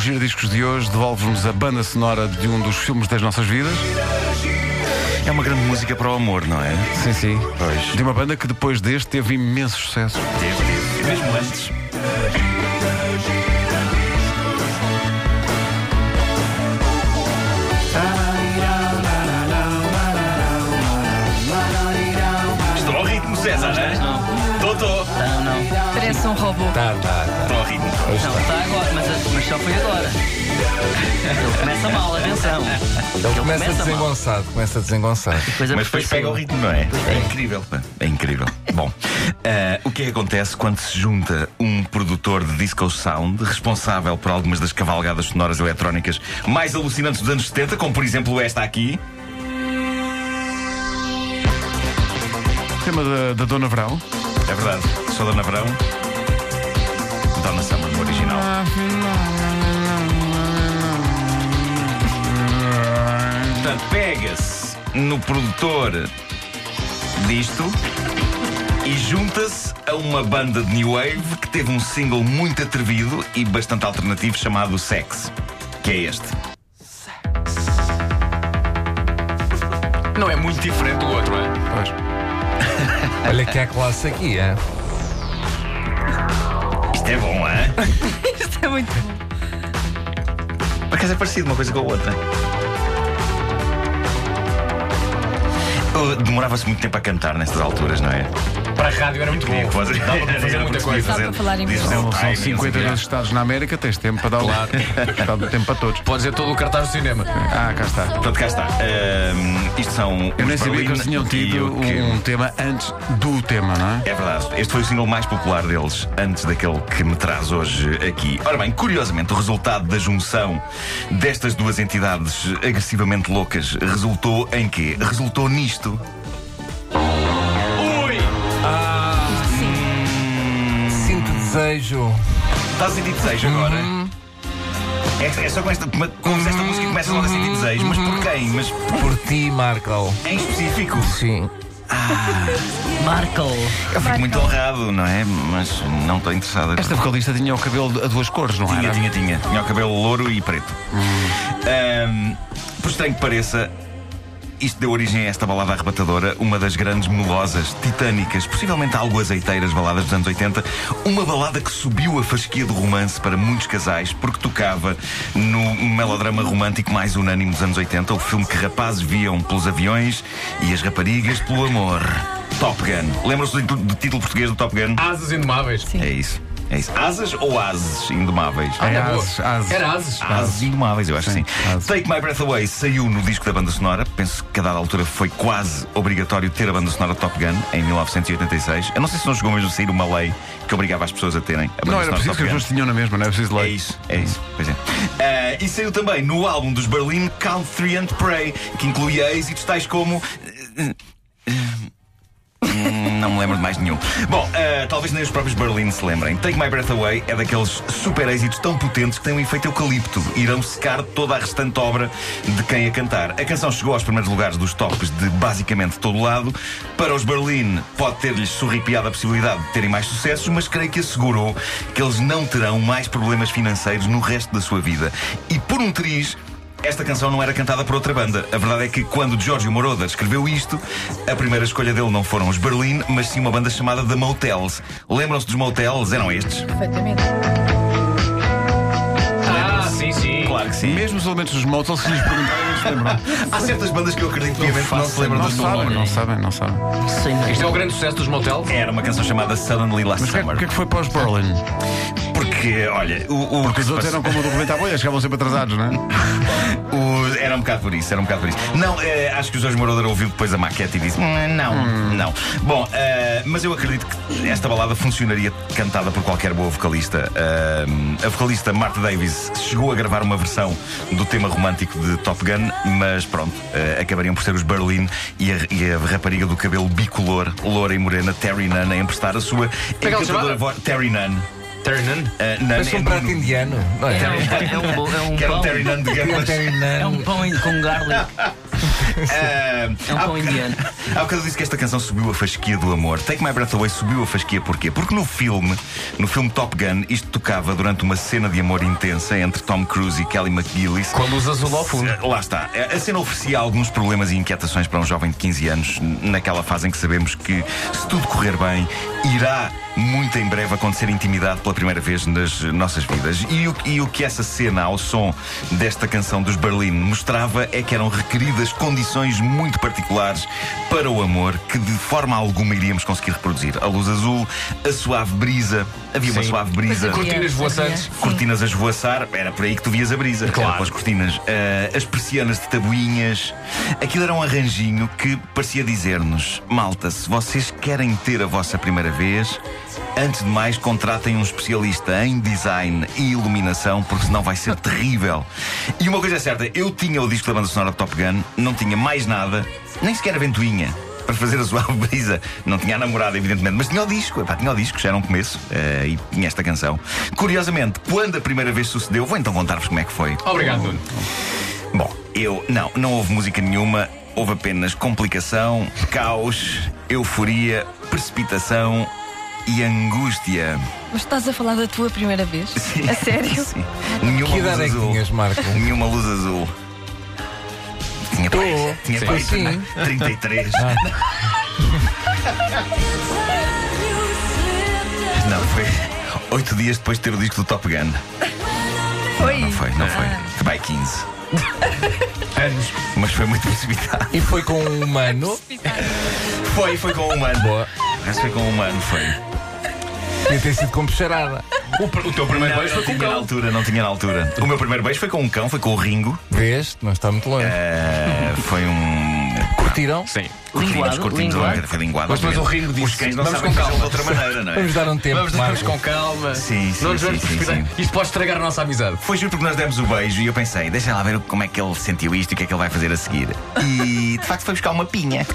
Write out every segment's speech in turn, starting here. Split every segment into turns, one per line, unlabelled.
giradiscos de hoje devolve-nos a banda sonora de um dos filmes das nossas vidas.
É uma grande música para o amor, não é?
Sim, sim.
Pois.
De uma banda que depois deste teve imenso sucesso.
Desde, mesmo antes. Estou ao é ritmo, César, não? Estou, estou.
Não, não.
Parece um robô.
Tá, tá, tá.
Estou ao ritmo.
Não, está agora, mas, mas só foi agora. Ele começa mal, atenção.
Ele Então começa
começa mal.
desengonçado, começa desengonçado.
Coisa
Mas depois
perfeição.
pega o ritmo, não é? É incrível. pá. É incrível. Bom, eh, o que é que acontece quando se junta um produtor de disco sound responsável por algumas das cavalgadas sonoras eletrónicas mais alucinantes dos anos 70, como por exemplo esta aqui?
Tema da, da Dona Verão.
É verdade. Sou Dona Verão. Dona Summer, no original. Portanto, pega-se no produtor disto e junta-se a uma banda de New Wave que teve um single muito atrevido e bastante alternativo chamado Sex, que é este.
Não é muito diferente do outro, é?
Olha que há classe aqui, é?
Isto é bom, hein?
Isto é muito bom.
Por acaso é parecido uma coisa com a outra. Oh, Demorava-se muito tempo a cantar nestas alturas, não é?
Para a rádio era muito bom.
Tinha que fazer,
Dava para fazer
era
muita
muito
coisa.
difícil
Dá para falar em
Diz-se
inglês.
um
São
timing,
50
não sei o quê.
dos estados na América, tens tempo para dar
Claro.
o Dá tempo para todos.
Pode dizer todo o cartaz do cinema.
Ah, cá está.
Portanto, cá está. Ahm, isto são.
Eu nem
os
sabia que
Berlin
eles tinham
e
tido
o que-
um tema antes do tema, não é?
É verdade, este foi o single mais popular deles, antes daquele que me traz hoje aqui. Ora bem, curiosamente, o resultado da junção destas duas entidades agressivamente loucas resultou em quê? Resultou nisto.
Ui!
Sinto desejo.
Estás Tá a sentir desejo
Uhum.
agora? É, é só com esta, com esta música que começa logo a sentir desejo. Mas
Uhum.
por quem? Mas
Por ti, Marco.
em específico?
Sim.
Marco.
Eu fico muito honrado, não é? Mas não estou interessado.
Esta vocalista tinha o cabelo a duas cores, não
Tinha,
era?
tinha, tinha. Tinha o cabelo louro e preto. Ahm, por estranho que pareça, isto deu origem a esta balada arrebatadora, uma das grandes melosas, titânicas, possivelmente algo azeiteiras baladas dos anos 80. Uma balada que subiu a fasquia do romance para muitos casais, porque tocava no melodrama romântico mais unânime dos anos 80, o filme que rapazes viam pelos aviões e as raparigas pelo amor. Top Gun. Lembram-se do, do título português do Top Gun?
Asas indomáveis.
É isso. É isso. Asas ou ases indomáveis?
É
Na boa.
ases, ases.
Era ases.
Ases indomáveis, eu acho
Sim,
que sim.
ases.
Take My Breath Away saiu no disco da banda sonora. Penso que a dada altura foi quase obrigatório ter a banda sonora de Top Gun em 1986. Eu não sei se não chegou mesmo a sair uma lei que obrigava as pessoas a terem a banda
Não, era
sonora de
preciso
Top
que as
Gun.
pessoas tinham na mesma, não é preciso
É
lei.
isso, é isso, pois é. Ah, e saiu também no álbum dos Berlin Count Three and Pray, que incluía êxitos tais como. Hum, Não me lembro de mais nenhum. Bom, ah, talvez nem os próprios Berlin se lembrem. Take My Breath Away é daqueles super êxitos tão potentes que têm um efeito eucalipto. Irão secar toda a restante obra de quem a cantar. A canção chegou aos primeiros lugares dos tops de basicamente todo lado. Para os Berlin, pode ter-lhes sorripiado a possibilidade de terem mais sucessos, mas creio que assegurou que eles não terão mais problemas financeiros no resto da sua vida. E por um triz, esta canção não era cantada por outra banda. A verdade é que quando Giorgio Moroder escreveu isto, a primeira escolha dele não foram os Berlin, mas sim uma banda chamada The Motels. Lembram-se dos Motels? Eram estes?
Perfeitamente.
Ah, sim, sim.
Claro que sim.
Mesmo os elementos dos Motels, se lhes perguntarem, eles se lembram.
Há certas bandas que eu acredito piamente que não se lembram
Não
dos
sabem,
nomes.
não sabem, não sabem.
Isso ainda.
Isto é o grande sucesso dos motel.
Era uma canção chamada Suddenly Last
Mas o que, é- o que é
Summer.
que foi para os Berlin?
Porque, olha, o, o
Porque os
que se
outros
passa-
eram como o documento à bolha, chegavam sempre atrasados, não é?
O- era um bocado por isso, era um bocado por isso. Não, eh, acho que o Jorge Moroder ouviu depois a maquete e disse: "Hum, Não, não. Bom, eh, mas eu acredito que esta balada funcionaria cantada por qualquer boa vocalista. Eh, a vocalista Marta Davis chegou a gravar uma versão do tema romântico de Top Gun, mas pronto, eh, acabariam por ser os Berlin e a, e a rapariga do cabelo bicolor, loura e morena, Terry Nunn, a emprestar a sua
é que ela se
encantadora
chamava?
voz. Terry Nunn.
Terry Nunn.
Eh, Nunn
Mas
é
um prato
Nuno,
indiano, não é?
É um, é um bom. É um
que era um
pão.
Terry Nunn de
Não
um
gambas.
tem
É
nada.
um pão com garlic.
É Ah,
um pão indiano.
Há bocado eu disse que esta canção subiu a fasquia do amor. Take My Breath Away subiu a fasquia porquê? Porque no filme, no filme Top Gun, isto tocava durante uma cena de amor intensa entre Tom Cruise e Kelly McGillis.
Com a luz azul ao fundo.
Lá está. A cena oferecia alguns problemas e inquietações para um jovem de 15 anos, naquela fase em que sabemos que, se tudo correr bem, irá muito em breve acontecer intimidade pela primeira vez nas nossas vidas. E o, e o que essa cena, ao som desta canção dos Berlim, mostrava é que eram requeridas condições muito particulares para o amor que, de forma alguma, iríamos conseguir reproduzir. A luz azul, a suave brisa, havia uma
Sim.
suave brisa.
Cortinas voaçantes.
Cortinas a esvoaçar, era por aí que tu vias a brisa.
Claro.
Era pelas cortinas. Ah, as persianas de tabuinhas. Aquilo era um arranjinho que parecia dizer-nos: malta, se vocês querem ter a vossa primeira vez, antes de mais, contratem um especialista em design e iluminação, porque senão vai ser terrível. E uma coisa é certa: eu tinha o disco da banda sonora de Top Gun, não tinha mais nada, nem sequer a ventoinha para fazer a suave brisa. Não tinha a namorada, evidentemente, mas tinha o disco. Epá, tinha o disco, já era um começo. eh, e tinha esta canção. Curiosamente, quando a primeira vez sucedeu, vou então contar-vos como é que foi.
Obrigado, Nuno.
Bom, eu. Não, não houve música nenhuma. Houve apenas complicação, caos, euforia, precipitação e angústia.
Mas estás a falar da tua primeira vez? A sério?
Sim. Nenhuma
Que
luz
idade é que
azul.
tinhas, Marco?
Nenhuma luz azul. Tinha pai, tinha né?
Sim.
pai,
Sim. Ah.
33. Não, foi oito dias depois de ter o disco do Top Gun.
Foi.
Não foi,
Ah.
não foi. Vai 15.
Anos.
Mas foi muito precipitado.
E foi com um humano.
Foi, foi com um humano.
Boa.
Mas foi com um humano, foi.
Podia ter sido com puxarada.
O, pr- o teu primeiro
Não,
beijo
não
foi com
tinha
o
na
cão.
altura, não tinha na altura. O meu primeiro beijo foi com um cão, foi com o Ringo.
Vês? Não está muito
É.
longe.
Eh, foi um.
Curtiram?
Sim.
Curtimos,
Linguado,
curtimos
linguado.
foi linguado.
Mas depois o
obviamente.
Ringo
Os
disse,
cães não
"Vamos
sabem
com
fazer de
calma."
outra maneira, não é?
Vamos dar um tempo,
Vamos dar-nos
Marco.
com calma.
Sim, sim,
Não nos
sim,
vamos
sim,
precipitar.
sim.
Isto pode estragar a nossa amizade.
Foi giro porque nós demos o beijo e eu pensei, deixa lá ver como é que ele sentiu isto e o que é que ele vai fazer a seguir. E de facto foi buscar uma pinha.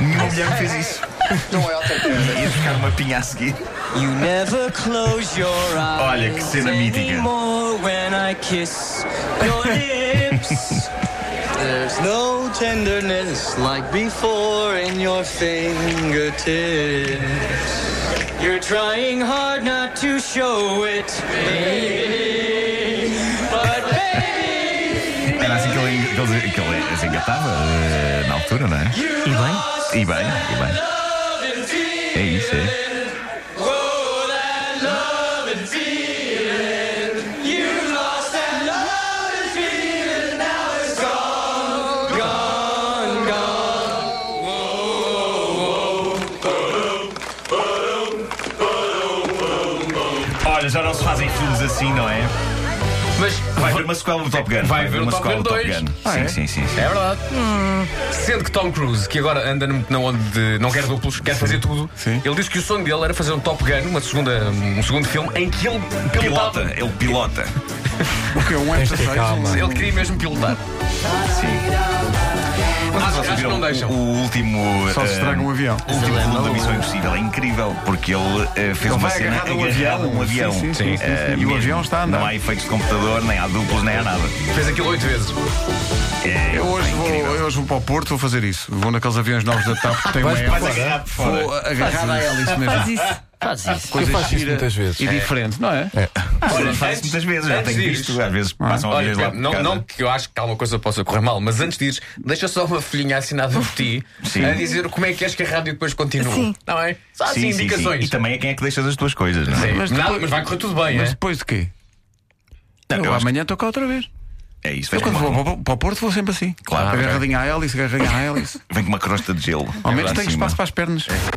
Nenhuma mulher me fez isso. Não é Ia buscar uma pinha a seguir.
You never close your eyes
Olha que cena mítica.
anymore when I kiss your lips. There's no tenderness like before in your fingertips. You're trying hard not to show it, baby. But baby,
Era assim que ele, que ele, que ele assim engatava eh, na altura, não é?
E bem?
E bem, e bem.
love and
É
feel.
isso, é.
Whoa, that love and feeling. You lost that love and feeling. Now it's gone, gone, gone.
Olha, já não se fazem filmes assim, não é?
Mas
Vai haver uma sequela do Top Gun.
Vai haver
haver
um
uma
Top
sequela
Gun
do Top
2.
Gun.
Ah, é?
Sim, sim, sim. sim.
É verdade. Sendo que Tom Cruise, que agora anda muito na onda de não quer duplos, quer fazer tudo,
Sim.
ele disse que o sonho dele era fazer um Top Gun, uma segunda, um segundo filme, em que ele
Pilota,
pilotava.
ele pilota.
O que é um
Tens de ter calma.
Ele queria mesmo pilotar. Mas acho, acho que não
O,
deixam.
o último.
Só se
eh,
estraga um avião.
O último filme da Missão Impossível é incrível porque ele eh, fez uma
vai
cena
agarrado a um
agarrado a um
avião.
avião.
Sim, sim, sim, sim, sim.
Eh,
E o
mesmo.
avião está a andar.
Não há efeitos de computador, nem há duplos, nem há nada.
Fez aquilo oito vezes.
É,
Eu hoje,
é
vou,
incrível.
eu hoje vou para o Porto, vou fazer isso. Vou naqueles aviões novos da TAP que têm uma
Vais- vais
é
Apple.
agarrado de fora.
Vou agarrado a ela, isso
Faz
mesmo.
isso. Faz isso.
Coisa
Eu faço isso
gira
muitas vezes.
E
É.
diferente, não é?
Olha,
Antes-
faz muitas vezes, já
antes
tenho
de
visto.
ires-
Às vezes
Ah.
passam
Olha,
aviões lá.
Pedro, não, não que eu acho que alguma coisa possa correr mal, mas antes de ires, deixa só uma folhinha assinada por ti
Sim.
a dizer como é que queres que a rádio depois continue.
Sim.
Não é? Só assim
Sim, sim, sim.
indicações.
E também é quem é que deixas as tuas coisas, não é?
Sim.
Mas
Nada,
depois-
mas vai correr tudo bem,
Mas
é?
depois de quê?
Não,
Eu
eu acho
amanhã estou cá outra vez.
que é isso.
Eu
Vem,
quando
com, uma,
vou para, para o Porto vou sempre assim.
Claro,
agarradinho à hélice, agarradinho à hélice.
vem com uma crosta de gelo. É
Ao menos
Lá em
tenho
cima.
espaço para as pernas.